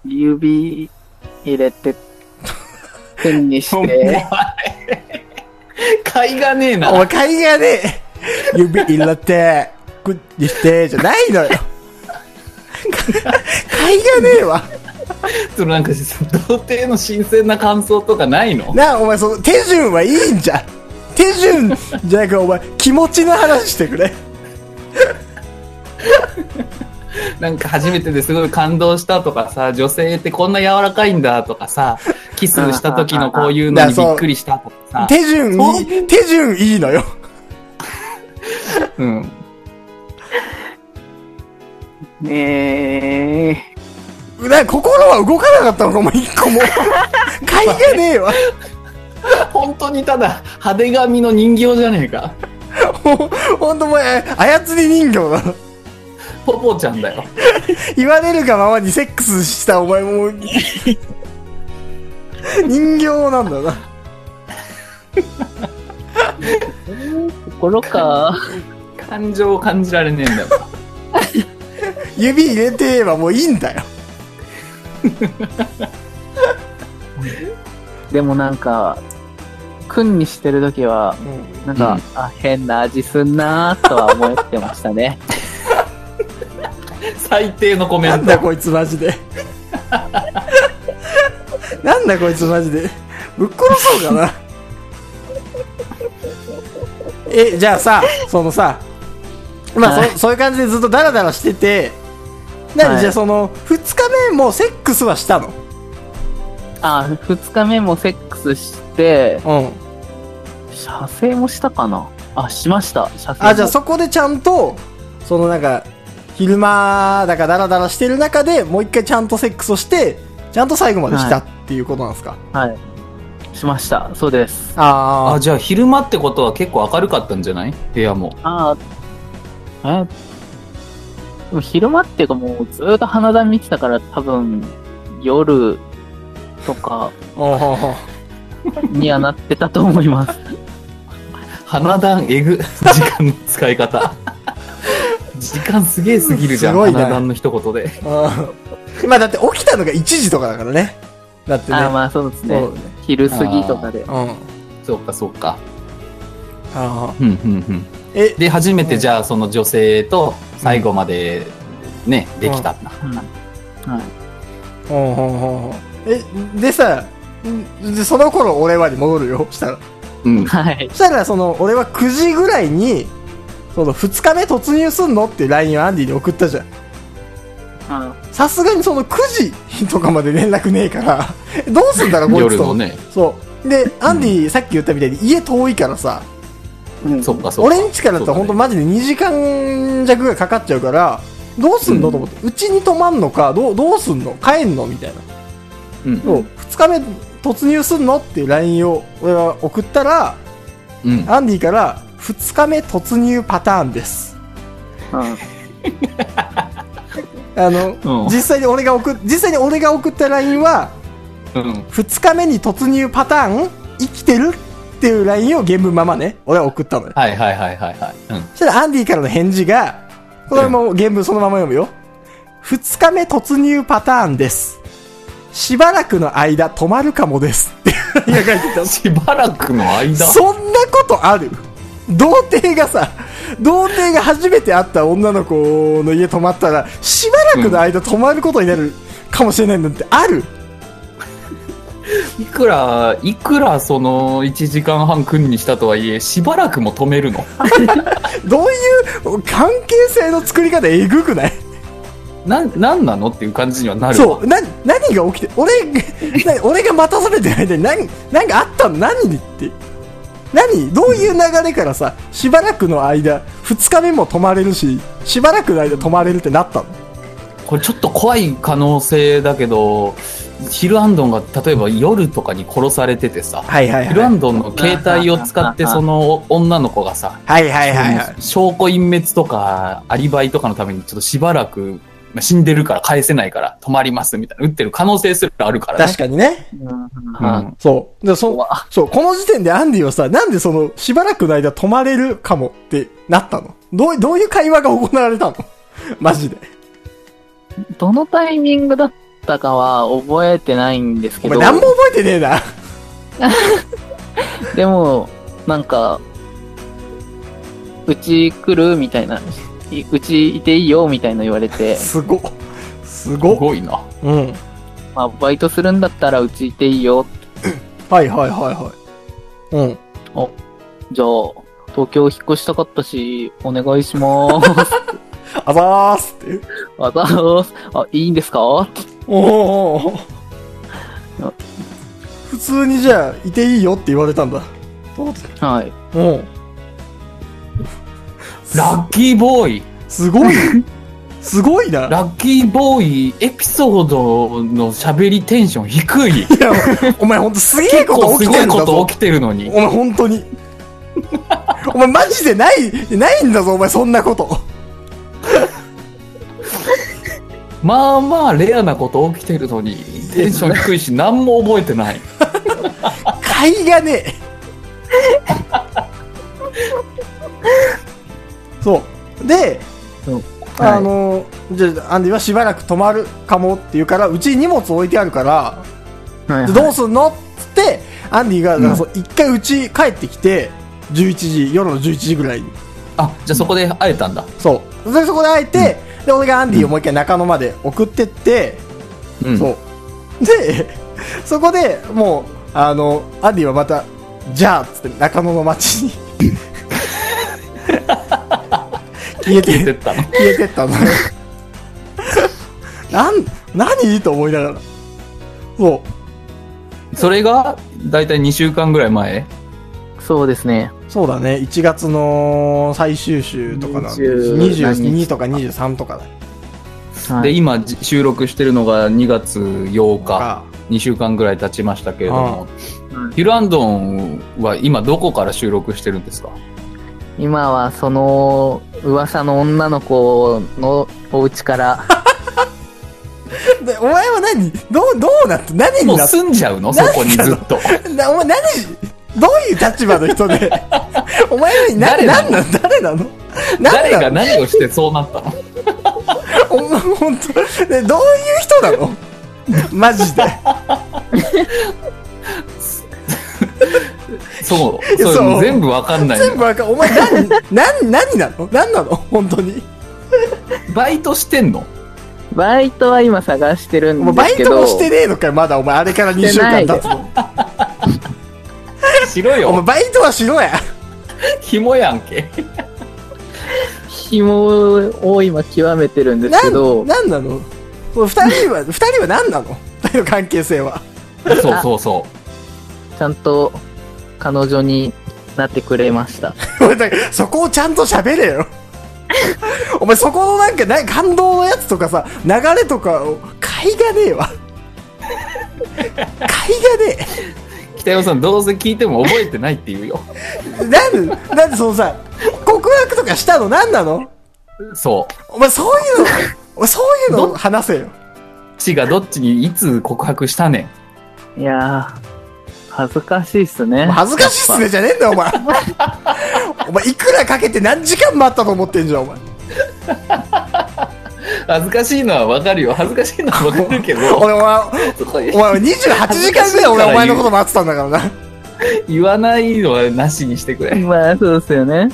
Speaker 1: 指入れて、手に
Speaker 3: お
Speaker 1: し
Speaker 3: 前
Speaker 1: て、
Speaker 3: 買いがねえな
Speaker 2: お前、会がね、指入れて、グッにして、じゃないのよ。会がねえわ。
Speaker 3: そのなんか童貞の新鮮な感想とかないの
Speaker 2: なあ、お前、その手順はいいんじゃん。手順じゃなくて、お前、気持ちの話してくれ。
Speaker 3: なんか初めてですごい感動したとかさ女性ってこんな柔らかいんだとかさキスした時のこういうのにびっくりしたとかさ、
Speaker 2: 手順いい、手順いいのよ。
Speaker 3: うん、
Speaker 1: えー、
Speaker 2: な心は動かなかったのか、お前、一個も。会がねえわ。
Speaker 3: 本当にただ派手髪の人形じゃねえか
Speaker 2: ほほんと、お前、操り人形だろ。
Speaker 3: ポポちゃんだよ
Speaker 2: 言われるがままにセックスした、お前もう。人形なんだな。
Speaker 1: 心か。
Speaker 3: 感情を感じられねえんだよ
Speaker 2: 指入れてはもういいんだよ。
Speaker 1: でもなんか、くんにしてるときは、なんか、
Speaker 3: うん
Speaker 1: あ、変な味すんなーとは思ってましたね。
Speaker 3: 最低のコメ
Speaker 2: なん
Speaker 3: ン
Speaker 2: だ
Speaker 3: ト
Speaker 2: こいつマ
Speaker 1: [laughs]
Speaker 2: ジで。なんだこいつマジで。ぶっ殺そうかな。え、じゃあさ、そのさ、まあ、
Speaker 1: はい
Speaker 2: そそういう感じでずっとダラダラしてて、何、
Speaker 1: はい
Speaker 2: じゃあその、二日目もセックスはしたの
Speaker 1: あ、二日目もセックスして、
Speaker 2: うん。
Speaker 1: 射精もしたかなあ、しました。射精も
Speaker 2: あ、じゃあそこでちゃんと、そのなんか、昼間だからダラダラしてる中でもう一回ちゃんとセックスをして、ちゃんと最後までしたっていうことなんですか、
Speaker 1: はい。しました。そうです。
Speaker 2: あ
Speaker 3: あ、
Speaker 2: あ、
Speaker 3: じゃあ昼間ってことは結構明るかったんじゃない部屋も。
Speaker 1: ああ、えでも昼間っていうかもうずーっと花壇見てたから多分夜とか
Speaker 2: おうほうほう
Speaker 1: にはなってたと思い
Speaker 2: [laughs]
Speaker 1: ます。
Speaker 3: 花壇えぐ、時間の使い方。時間すげえすぎるじゃん、
Speaker 2: すごいな
Speaker 3: 花壇の一言で。
Speaker 2: [laughs] うん。まあだって起きたのが1時とかだからね。だってね。
Speaker 1: ああまあそうです
Speaker 2: そ
Speaker 1: ね
Speaker 2: う。ね。
Speaker 1: 昼過ぎとかで。
Speaker 2: うん。あ
Speaker 3: そうか、そうか。
Speaker 2: あ。
Speaker 3: うん、うん、うん。
Speaker 2: え、
Speaker 3: で、初め
Speaker 2: う
Speaker 3: て
Speaker 2: ん
Speaker 3: じゃあその女性と最後までね、できたんだ。
Speaker 1: うんはい。
Speaker 2: ほうほうほうほうえ、でさ、んでその頃俺はに戻るよ。したら。
Speaker 3: うん。
Speaker 1: はい。
Speaker 2: そしたら、その、俺は9時ぐらいに、その、2日目突入すんのっていう LINE をアンディに送ったじゃん。
Speaker 1: あ
Speaker 2: さすがにその9時とかまで連絡ねえから、どうすんだろ、こいつ
Speaker 3: 夜
Speaker 2: と。
Speaker 3: のね。
Speaker 2: そう。で、アンディ、さっき言ったみたいに家遠いからさ、
Speaker 1: うん
Speaker 3: そっか、そうか。
Speaker 2: 俺ん家からだと
Speaker 3: そう
Speaker 2: 本
Speaker 3: だ
Speaker 2: 当
Speaker 3: ね
Speaker 2: マジで2時間弱ぐらいかかっちゃうから、どうすんのと思って、うちに泊まんのか、どうどうすんの帰んのみたいな。
Speaker 3: うん
Speaker 2: そう2日目突入すんのっていう LINE を俺は送ったら、
Speaker 3: うん。
Speaker 2: アンディから、2日目突入パターンです。
Speaker 1: うん
Speaker 2: あの、
Speaker 3: うん
Speaker 2: 実際に俺が送っ、実際に俺が送った LINE は、
Speaker 3: うん。
Speaker 2: 2日目に突入パターン生きてるっていう LINE を原文ままね、俺は送ったのよ。
Speaker 3: はいはいはいはいはい。うん。
Speaker 2: そしたらアンディからの返事が、これも原文そのまま読むよ。2日目突入パターンです。しばらくの間止まるかもですっていう LINE が書いてたの
Speaker 3: しばらくの間。
Speaker 2: そんなことある童貞がさ、童貞が初めて会った女の子の家泊まったら、しばらくの間止まることになるかもしれないなんてある、
Speaker 3: いくら、いくらその1時間半君にしたとはいえ、しばらくも止めるの。
Speaker 2: どういう関係性の作り方えぐくない
Speaker 3: なん、なんなのっていう感じにはなる。
Speaker 2: そうう、な、何が起きて、俺、 [laughs] な俺が待たされてる間に何、何があったの何にって。何どういう流れからさ、しばらくの間、二日目も泊まれるし、しばらくの間泊まれるってなったの
Speaker 3: これちょっと怖い可能性だけど、ヒルアンドンが例えば夜とかに殺されててさ、
Speaker 2: はいはいは
Speaker 3: ヒ
Speaker 2: い。
Speaker 3: ルア
Speaker 2: はい
Speaker 3: ンドンの携帯を使ってその女の子がさ、
Speaker 2: はいはいはい。
Speaker 3: 証拠隠滅とかアリバイとかのためにちょっとしばらく、まあ死んでるから返せないから止まりますみたいな、打ってる可能性すらあるからね
Speaker 2: 確。かにね。
Speaker 1: うん
Speaker 3: うん
Speaker 2: うんそう。で、そ、
Speaker 1: 怖
Speaker 2: そう、この時点でアンディはさ、なんでその、しばらくの間泊まれるかもってなったのどう、どういう会話が行われたのマジで。
Speaker 1: どのタイミングだったかは覚えてないんです
Speaker 2: お
Speaker 1: け
Speaker 2: 前
Speaker 1: ど、
Speaker 2: 何も覚えてねえな。、
Speaker 1: でも、なんか、うち来るみたいな、いうちいていいよみたいな言われて [laughs]
Speaker 2: すご。す
Speaker 3: す
Speaker 2: ご。
Speaker 3: ごいな。
Speaker 2: うん。
Speaker 1: まあ、バイトするんだったらうちいていいよ。
Speaker 2: はいはいはいはい。う
Speaker 1: じ
Speaker 2: ん。
Speaker 1: ゃあ、東京引っ越したかったし、お願いし
Speaker 2: [laughs]
Speaker 1: ます。
Speaker 2: あざーすっていう。
Speaker 1: あざーす。あ、いいんですか
Speaker 2: おーおーお
Speaker 1: あ
Speaker 2: ー普通にじゃあ、いていいよって言われたんだ。
Speaker 1: はい。
Speaker 2: うん。
Speaker 3: ラッキーボーイ。
Speaker 2: すごい。すごいな。い
Speaker 3: ラッキーボーイエピソードの喋りテンション低い。
Speaker 2: や、お前ほんとすげえ
Speaker 3: 結
Speaker 2: こ
Speaker 3: 構
Speaker 2: と起
Speaker 3: す
Speaker 2: き
Speaker 3: ご
Speaker 2: て
Speaker 3: い
Speaker 2: んだ
Speaker 3: こと
Speaker 2: ぞ。
Speaker 3: 起きてるのに
Speaker 2: お。前ほんとに。お前マジでない、ないんだぞ、お前そんなこと。
Speaker 3: まあまあレアなこと起きてるのに、テンション低いし何も覚えてない。
Speaker 2: 買いがねえ。そう。で、あの、じゃあ、アンディはしばらく泊まるかもって言うから、うちに荷物置いてあるから、
Speaker 1: はい、
Speaker 2: でどうすんのっつって、アンディが、だからそう一回うち帰ってきて、11時、夜の11時ぐらいに。
Speaker 3: あ、じゃあそこで会えたんだ。
Speaker 2: そう。で、そこで会えて、で、俺がアンディをもう一回中野まで送ってって、
Speaker 3: うん。
Speaker 2: そう。で、 [laughs] そこでもう、あの、アンディはまた、じゃあっつって中野の街
Speaker 3: [laughs]
Speaker 2: に消えて
Speaker 3: 消えてったの。 [laughs]
Speaker 2: 消えてったの。なん、何と思いながら。そ
Speaker 3: それが、だいたい2週間ぐらい前
Speaker 1: そうですね。
Speaker 2: う。そうだね。1月の最終週とかなんで、
Speaker 1: 20
Speaker 2: 22とか23とかだ
Speaker 1: はい
Speaker 3: で、今じ収録してるのが2月8日。
Speaker 2: か。
Speaker 3: 2週間ぐらい経ちましたけれども
Speaker 1: うん、
Speaker 3: ヒルアンドンは今どこから収録してるんですか
Speaker 1: 今はその噂の女の子のお家から、
Speaker 2: [laughs] でお前は何どう、どうなって、何
Speaker 3: も
Speaker 2: に
Speaker 3: う
Speaker 2: なって、
Speaker 3: 住んじゃうのそこにずっと。
Speaker 2: なお前何、どういう立場の人
Speaker 3: [laughs]
Speaker 2: で、お前はな
Speaker 3: 誰なの
Speaker 2: 何なの誰なの
Speaker 3: 誰
Speaker 2: 何な
Speaker 3: が
Speaker 2: の
Speaker 3: 何をしてそうなったの
Speaker 2: お前本当ねどういう人なのマジで。
Speaker 3: そう。
Speaker 2: いや
Speaker 3: そ
Speaker 2: そう
Speaker 3: れ全部わかんないの
Speaker 2: 全部わかんお前何、何、何なの何なの本当に。
Speaker 3: バイトしてんの
Speaker 1: バイトは今探してるん
Speaker 2: もう
Speaker 1: で
Speaker 2: バイ
Speaker 1: すけ
Speaker 2: ト
Speaker 1: ど、
Speaker 2: もしてねえのかよ、まだお前、あれから2週間経つの。
Speaker 3: しろ
Speaker 2: お前、
Speaker 3: よ。
Speaker 2: バイトはしろや。
Speaker 3: 紐やんけ。
Speaker 1: 紐を今極めてるんです
Speaker 2: な
Speaker 1: けど
Speaker 2: ん、、なんなのもう二人は、二人は何なの二人の関係性は。
Speaker 3: そうそうそ
Speaker 1: ちゃんと彼女になってくれました。
Speaker 2: [laughs] お前だからそこをちゃんと喋れよ。お前、そこのなんか、な感動のやつとかさ、流れとかを、買いがねえわ。買いがねえ。
Speaker 3: う。北山さん、どうせ聞いても覚えてないって言うよ。
Speaker 2: なんで、なんでそのさ、告白とかしたの何なの
Speaker 3: そ
Speaker 2: お前そういうの、お前そういうの話せよ。
Speaker 3: う。ちがどっちにいつ告白したねん。
Speaker 1: いやー、恥ずかしいっすね。
Speaker 2: 恥ずかしいっすねじゃねえんだよ、お前。お前、いくらかけて何時間待ったと思ってんじゃん、お前。
Speaker 3: 恥ずかしいのはわかるよ。恥ずかしいのはわかるけど、
Speaker 2: 俺、お前、
Speaker 3: そう
Speaker 2: お前28時間ぐらい俺、お前のこと待ってたんだからな。
Speaker 3: 言わないのはなしにしてくれ。
Speaker 1: まあ、そうですよね。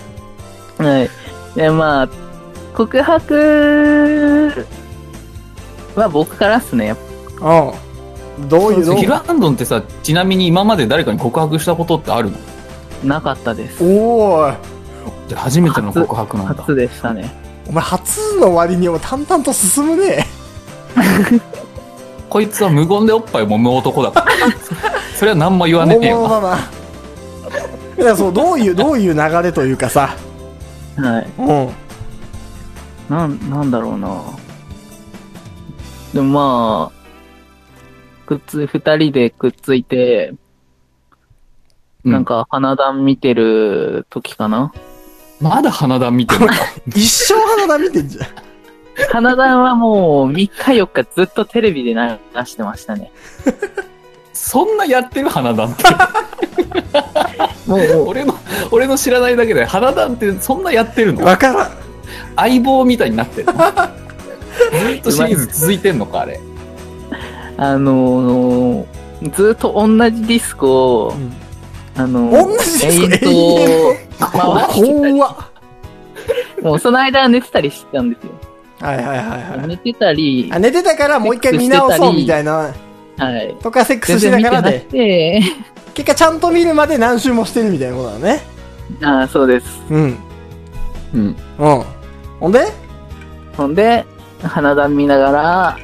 Speaker 1: はい。で、まあ、告白は僕からっすね。
Speaker 2: うん。どういう
Speaker 3: ヒル
Speaker 2: の
Speaker 3: アンドンってさ、ちなみに今まで誰かに告白したことってあるの
Speaker 1: なかったです。
Speaker 2: おーい。
Speaker 3: じゃあ初めての告白なんだ。
Speaker 1: 初でしたね。
Speaker 2: お前、初の割に、お前、淡々と進むね
Speaker 3: こいつは無言でおっぱい揉む男だから。それは何も言わね
Speaker 2: 本
Speaker 3: え
Speaker 2: 物だ
Speaker 3: よ。
Speaker 2: な。いや、そう、どういう、どういう流れというかさ。
Speaker 1: はい。
Speaker 2: うん。
Speaker 1: なん、なんだろうな。でもまあ、くっつ、二人でくっついて、
Speaker 3: うん
Speaker 1: なんか花壇見てる時かな。
Speaker 3: まだ花壇見てるんだ。
Speaker 2: 一生花田見てんじゃん。
Speaker 1: 花壇はもう3日4日ずっとテレビで流してましたね。
Speaker 3: そんなやってる花壇って。
Speaker 1: もう、
Speaker 3: 俺の、俺の知らないだけで、花壇ってそんなやってるの
Speaker 2: わからん。
Speaker 3: 相棒みたいになってるのずっとシリーズ続いてんのか、あれ。
Speaker 1: あのーずっと同じディスコを、あのー
Speaker 2: 同じディスコ
Speaker 1: 延々と回してたり
Speaker 2: 怖っ。
Speaker 1: もうその間は寝てたりしてたんですよ。
Speaker 2: はいはいはいはい。
Speaker 1: 寝てたり
Speaker 2: あ、寝てたからもう一回見直そうみたいな。
Speaker 1: はい。
Speaker 2: とかセック
Speaker 1: 全
Speaker 2: スし
Speaker 1: 然
Speaker 2: な
Speaker 1: 見
Speaker 2: が
Speaker 1: て
Speaker 2: ら
Speaker 1: なく
Speaker 2: で。
Speaker 1: て、
Speaker 2: 結果ちゃんと見るまで何周もしてるみたいなことだね。
Speaker 1: ああ、そうです。
Speaker 2: うん。うん。
Speaker 3: うん。
Speaker 2: ほんで
Speaker 1: ほんで、花壇見なが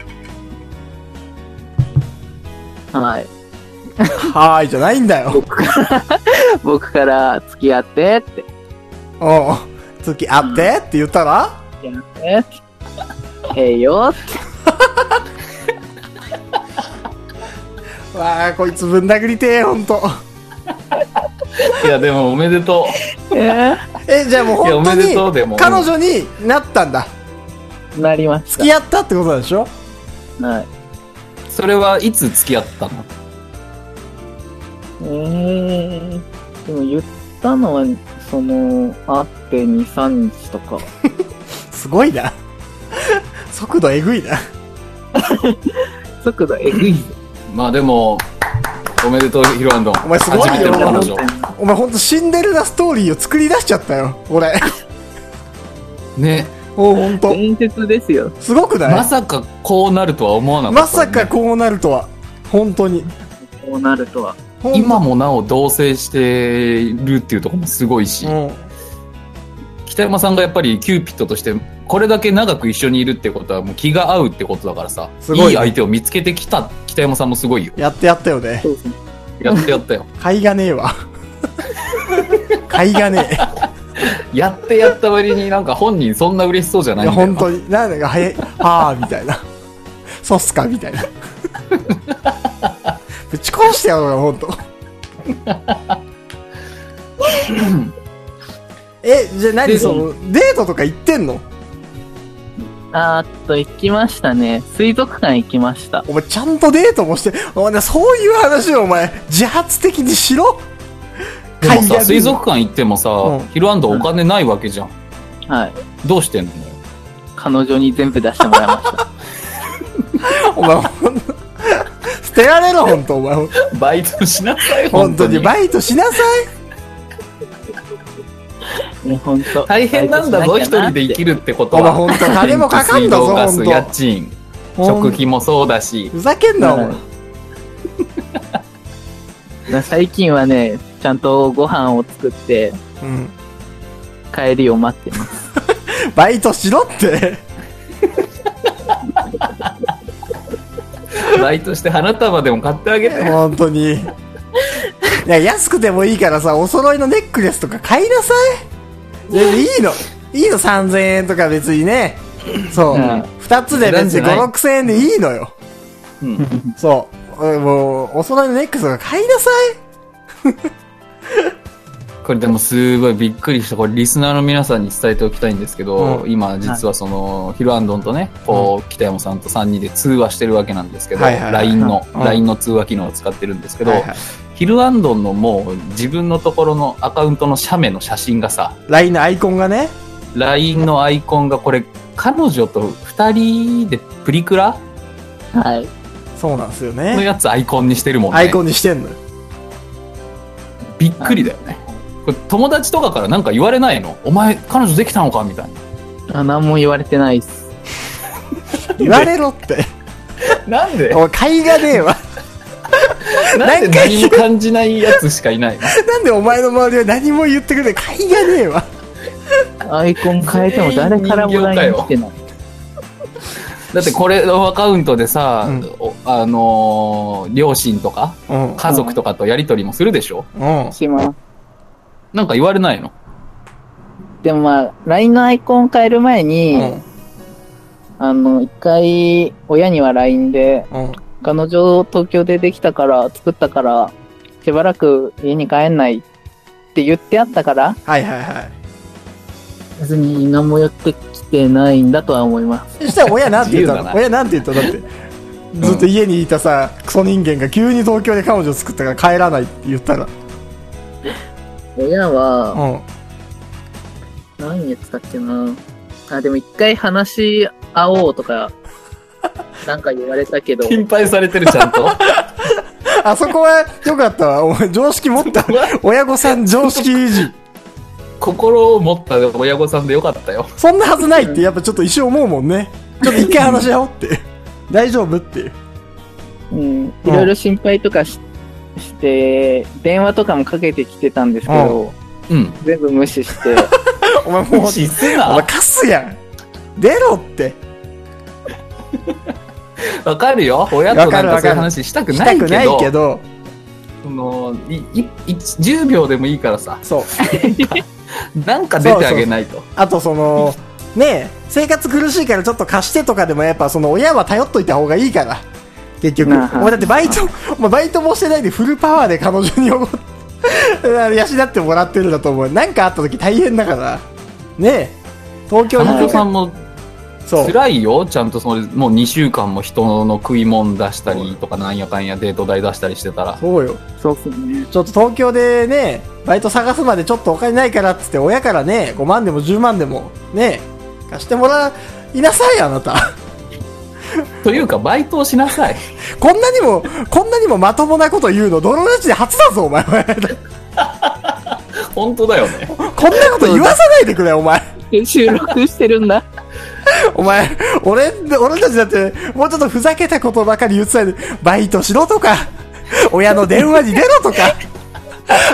Speaker 1: ら、はい。
Speaker 2: はーいじゃないんだよ。
Speaker 1: 僕から、僕から付き合ってって、
Speaker 2: うん。付き合ってって言ったら
Speaker 1: 付き合ってって、ええよって。
Speaker 2: わあ、こいつぶん殴りてえ、ほんと。
Speaker 3: いや、でもおめでと
Speaker 1: え
Speaker 2: え、じゃあもう
Speaker 3: う。いや、お
Speaker 2: 本当
Speaker 3: めで
Speaker 2: に
Speaker 3: とうでも。
Speaker 2: 彼女になったんだ。
Speaker 1: えなりまし
Speaker 2: 付き合ったってことなんでしょ
Speaker 1: た。はい。
Speaker 3: それはいつ付き合ったの
Speaker 1: えー、でも言ったのは、その、会って2、3日とか。
Speaker 2: すごいな。 [laughs] 速度えぐいな。
Speaker 1: 速度えぐい。
Speaker 3: まあでも、おめでとう、ヒロアンドン。
Speaker 2: お前すごいよ
Speaker 3: 初めての彼女。
Speaker 2: お前ほんとシンデレラストーリーを作り出しちゃったよ、
Speaker 3: [laughs]
Speaker 2: 俺。
Speaker 3: ね。
Speaker 2: おう、ほんと。
Speaker 1: 伝説ですよ。
Speaker 2: すごくない
Speaker 3: まさかこうなるとは思わなか
Speaker 2: ま
Speaker 3: ったね、
Speaker 2: さかこうなるとは。本当に。
Speaker 1: こうなるとは。
Speaker 2: ほんと
Speaker 3: 今もなお同棲してるっていうところもすごいし、
Speaker 2: うん。
Speaker 3: 北山さんがやっぱりキューピットとしてこれだけ長く一緒にいるってことはもう気が合うってことだからさ
Speaker 2: すごいね
Speaker 3: い相手を見つけてきた北山さんもすごいよ
Speaker 2: やってやったよね。
Speaker 4: そうですね。
Speaker 3: やってやったよ
Speaker 2: 買いがねえわ。 [laughs] 買いがね
Speaker 3: やってやった割になんか本人そんな嬉しそうじゃ
Speaker 2: え。
Speaker 3: ないいん
Speaker 2: や、
Speaker 3: だよ
Speaker 2: 本当に。なんだか、早い。あー、みたいな。そうっすか、みたい [laughs] な。ぶち殺してやろうよ、本当。え、じゃあ何
Speaker 3: で
Speaker 2: その、デートとか行ってんの
Speaker 1: あーっと、行きましたね。水族館行きました。
Speaker 2: お前ちゃんとデートもして、お前ねそういう話をお前、自発的にしろ
Speaker 3: でもさ
Speaker 2: 海外
Speaker 3: 水族館行ってもさ、
Speaker 2: うん
Speaker 3: ヒルアンドお金ないわけじゃん
Speaker 1: はい。
Speaker 3: どうしてんの
Speaker 1: 彼女に全部出してもらいました。
Speaker 2: お前ほんと、捨てられろ、ほんと、お前。
Speaker 3: バイトしなさい
Speaker 2: [laughs] 本当に、バイトしなさい。
Speaker 1: [laughs] ね、ほんと。
Speaker 3: 大変なんだぞ一人で生き
Speaker 1: る。
Speaker 3: るってこと
Speaker 2: お前、
Speaker 3: は
Speaker 2: [laughs] ほんと、金もかかんだぞ、ほ
Speaker 3: 電気水
Speaker 2: ん
Speaker 3: 道ガス
Speaker 2: と。
Speaker 3: 家賃食費もそうだし
Speaker 2: ふざけんな、お前
Speaker 1: は。最近はね、ちゃんとご飯を作って、
Speaker 2: うん。
Speaker 1: 帰りを待ってます。
Speaker 2: バイトしろって。 [laughs]
Speaker 3: バイトして花束でも買ってあげて
Speaker 2: ほんとに。いや、安くてもいいからさ、お揃いのネックレスとか買いなさい。でもいいの。いいの、3000円とか別にね。そう。
Speaker 3: うん
Speaker 2: 2つで別に5、6000円でいいのよ。
Speaker 3: うん
Speaker 2: そう。俺もう、お揃いのネックレスとか買いなさい。
Speaker 3: これでもすごいびっくりした。これリスナーの皆さんに伝えておきたいんですけど、
Speaker 2: う
Speaker 3: 今実はその、ヒルアンドンとね、こう、北山さんと3人で通話してるわけなんですけど、
Speaker 2: はいはいはい
Speaker 3: LINE の、
Speaker 2: うん
Speaker 3: LINE の通話機能を使ってるんですけど、
Speaker 2: はいはい
Speaker 3: ヒルアンドンのもう自分のところのアカウントの写メの写真がさ、
Speaker 2: LINE のアイコンがね。
Speaker 3: LINE のアイコンがこれ、彼女と2人でプリクラ
Speaker 1: はい。
Speaker 2: そうなんですよ
Speaker 3: の
Speaker 2: ね。
Speaker 3: やつアイコンにしてるもんね。
Speaker 2: アイコンにしてんのよ。
Speaker 3: びっくりだよね。これ友達とかからなんか言われないのお前、彼女できたのかみたいな。
Speaker 1: あ、何も言われてないっす。
Speaker 2: 言われろ [laughs] って。
Speaker 3: なんで
Speaker 2: お前、買いがねえわ。 [laughs]
Speaker 3: なんで
Speaker 2: 何回言
Speaker 3: 何も感じないやつしかいな
Speaker 2: [laughs]
Speaker 3: いの
Speaker 2: なんでお前の周りは何も言ってくれない。買いがねえわ。
Speaker 1: アイコン変えても誰からも LINE 来てない。
Speaker 3: だってこれのアカウントでさ、
Speaker 2: うん
Speaker 3: おあのー両親とか
Speaker 2: うん。
Speaker 3: 家族とかとやり取りもするでしょ
Speaker 2: うん。
Speaker 1: します。
Speaker 3: なんか言われないの
Speaker 1: でもまあ、LINE のアイコン変える前に、
Speaker 2: うん。
Speaker 1: あの、一回、親には LINE で、
Speaker 2: うん。
Speaker 1: 彼女東京でできたから、作ったから、しばらく家に帰んないって言ってあったから、
Speaker 2: はいはいはい。
Speaker 1: 別に何もやってきてないんだとは思います。
Speaker 2: そしたら親なんて言った
Speaker 3: 自由だ
Speaker 2: の
Speaker 3: な
Speaker 2: 親なんて言ったのだって。ずっと家にいたさ、クソ人間が急に東京で彼女作ったから帰らないって言ったら。
Speaker 1: 親は、
Speaker 2: うん。
Speaker 1: 何言ってたっけな。あ、でも一回話し合おうとか、なんか言われたけど、
Speaker 3: 心配されてるちゃんと
Speaker 2: あそこは良かったわ。お前、常識持った。親御さん常識維持。
Speaker 3: 心を持った親御さんでよかったよ
Speaker 2: そんなはずないって、やっぱちょっと一瞬思うもんね。ちょっと一回話し合おうって。大丈夫っていう。
Speaker 1: うん、いろいろ心配とかしして、電話とかもかけてきてたんですけど、
Speaker 3: うん
Speaker 1: 全部無視して、
Speaker 2: お前
Speaker 3: [laughs]
Speaker 2: もう、
Speaker 3: 無視す
Speaker 2: お前
Speaker 3: な
Speaker 2: カスやん。出ろって。
Speaker 3: わかるよ親となんかそういう話したく
Speaker 2: し
Speaker 3: な
Speaker 2: た
Speaker 3: い
Speaker 2: くな
Speaker 3: け
Speaker 2: い
Speaker 3: ど
Speaker 2: けど、
Speaker 3: そのいいい10秒でもいいからさ
Speaker 2: そう。
Speaker 3: なんか出てあげないと
Speaker 2: あとその、ねえ、生活苦しいからちょっと貸してとかでもやっぱその親は頼っといた方がいいから。結局。お
Speaker 1: なあ
Speaker 2: 前だってバイト、お前バイトもしてないでフルパワーで彼女におごって、 [laughs] 養ってもらってるんだと思う。なんかあった時大変だから。ねえ、東京
Speaker 3: 彼
Speaker 2: に
Speaker 3: 女さんも
Speaker 2: そう。
Speaker 3: 辛いよちゃんとそのもう2週間も人の食い物出したりとかなんやかんやデート代出したりしてたら
Speaker 2: そうよ。
Speaker 1: そうっすね。
Speaker 2: ちょっと東京でね、バイト探すまでちょっとお金ないからっつって、親からね、5万でも10万でも、ね、貸してもらいなさい、あなた。
Speaker 3: というかバイトをしなさい [laughs]
Speaker 2: こんなにも、こんなにもまともなこと言うの、泥ラジで初だぞ、お前。こん
Speaker 3: 本当だよね
Speaker 2: なこと言わさないでくれ、お前。
Speaker 1: 収録してるんだ。
Speaker 2: お前、俺、俺たちだって、もうちょっとふざけたことばかり言ってたのにバイトしろとか、親の電話に出ろとか、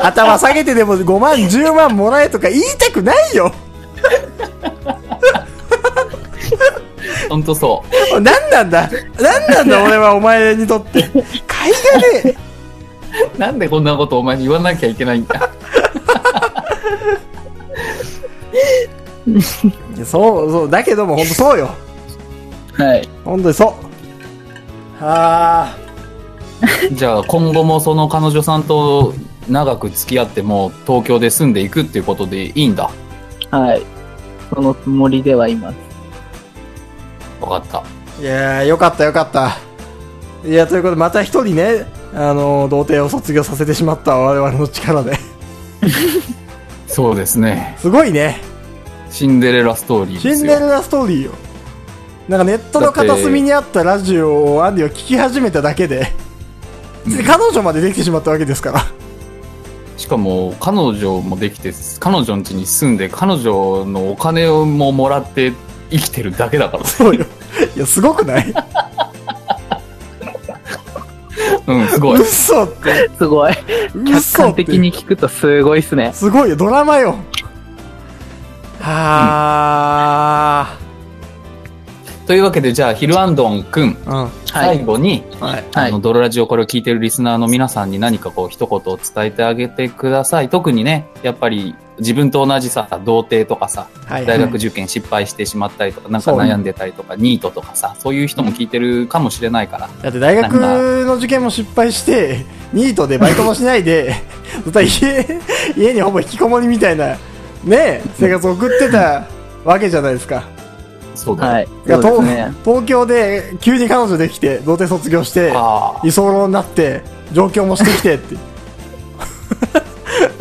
Speaker 2: 頭下げてでも5万、10万もらえとか言いたくないよ。
Speaker 3: ほんとそ
Speaker 2: 何なんだ何なんだ俺はお前にとって。買いがね
Speaker 3: う。なんでこんなことお前に言わなきゃいけないんだ。
Speaker 2: え。いやそうそう、だけども本当そうよ。
Speaker 5: はい。
Speaker 2: 本当にそう。ああ。
Speaker 3: じゃあ今後もその彼女さんと長く付き合っても東京で住んでいくっていうことでいいんだ。
Speaker 5: はい。そのつもりではいます。
Speaker 3: わかった。
Speaker 2: いやー、よかったよかった。いや、ということで、また一人ね、あのー、童貞を卒業させてしまった我々の力で。
Speaker 3: そうですね。
Speaker 2: すごいね。
Speaker 3: シンデレラストーリーです
Speaker 2: シ
Speaker 3: よ。
Speaker 2: ンデレラストーリーよ。なんかネットの片隅にあったラジオをアンディは聞き始めただけで、
Speaker 3: うん
Speaker 2: 彼女までできてしまったわけですから。
Speaker 3: しかも彼女もできて彼女の家に住んで彼女のお金をももらって生きてるだけだから
Speaker 2: そうよ。いや、すごくない [laughs]
Speaker 3: うんすごい
Speaker 2: 嘘って。
Speaker 5: すごい。客
Speaker 2: 嘘
Speaker 5: 観
Speaker 2: って。
Speaker 5: 的に聞くとすごいっすね。
Speaker 2: すごいよ、ドラマよ。は
Speaker 3: というわけでじゃあヒルアンドンくん
Speaker 2: ー。うん。
Speaker 5: はい
Speaker 3: 最後に、
Speaker 2: は
Speaker 5: は
Speaker 2: い。
Speaker 3: あの
Speaker 5: い。
Speaker 3: ドロラジオこれを聞いてるリスナーの皆さんに何かこう一言を伝えてあげてください特にねやっぱり自分と同じさ童貞とかさ
Speaker 2: はい。
Speaker 3: 大学受験失敗してしまったりとかなんか
Speaker 2: そうね
Speaker 3: 悩んでたりとかニートとかさそういう人も聞いてるかもしれないから
Speaker 2: だって大学の受験も失敗して、ニートでバイトもしない [laughs] で、ずっと家、家にほぼ引きこもりみたいな、ねえ、生活を送ってたわけじゃない [laughs] ですか。
Speaker 3: そうだ、
Speaker 5: はい。
Speaker 2: いや
Speaker 5: そうです
Speaker 2: 東
Speaker 5: ね。
Speaker 2: 東京で急に彼女できて、童貞卒業して、
Speaker 3: あ
Speaker 2: 居候になって、上京もしてきて [laughs] って。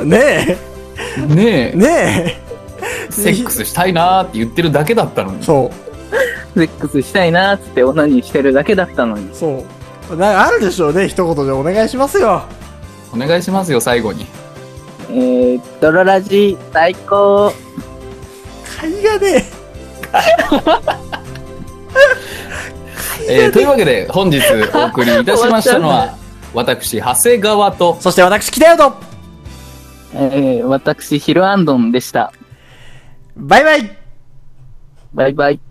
Speaker 2: ね
Speaker 3: あね
Speaker 2: え、ね
Speaker 3: えセックスしたいなーって言ってるだけだったのに
Speaker 2: え、そう、
Speaker 5: セックスしたいなーっつってオナニーしてるだけだったのに。
Speaker 2: そう。なんかあるでしょうね、一言でお願いしますよ。
Speaker 3: お願いしますよ最後に
Speaker 5: えー、ドロラジ最高。
Speaker 2: 会がね
Speaker 3: えーというわけで本日お送りいたしましたのは私長谷川と
Speaker 2: そして私、北よと、
Speaker 5: えー、私、ヒルアンドンでした。
Speaker 2: バイバイ
Speaker 5: バイバイ。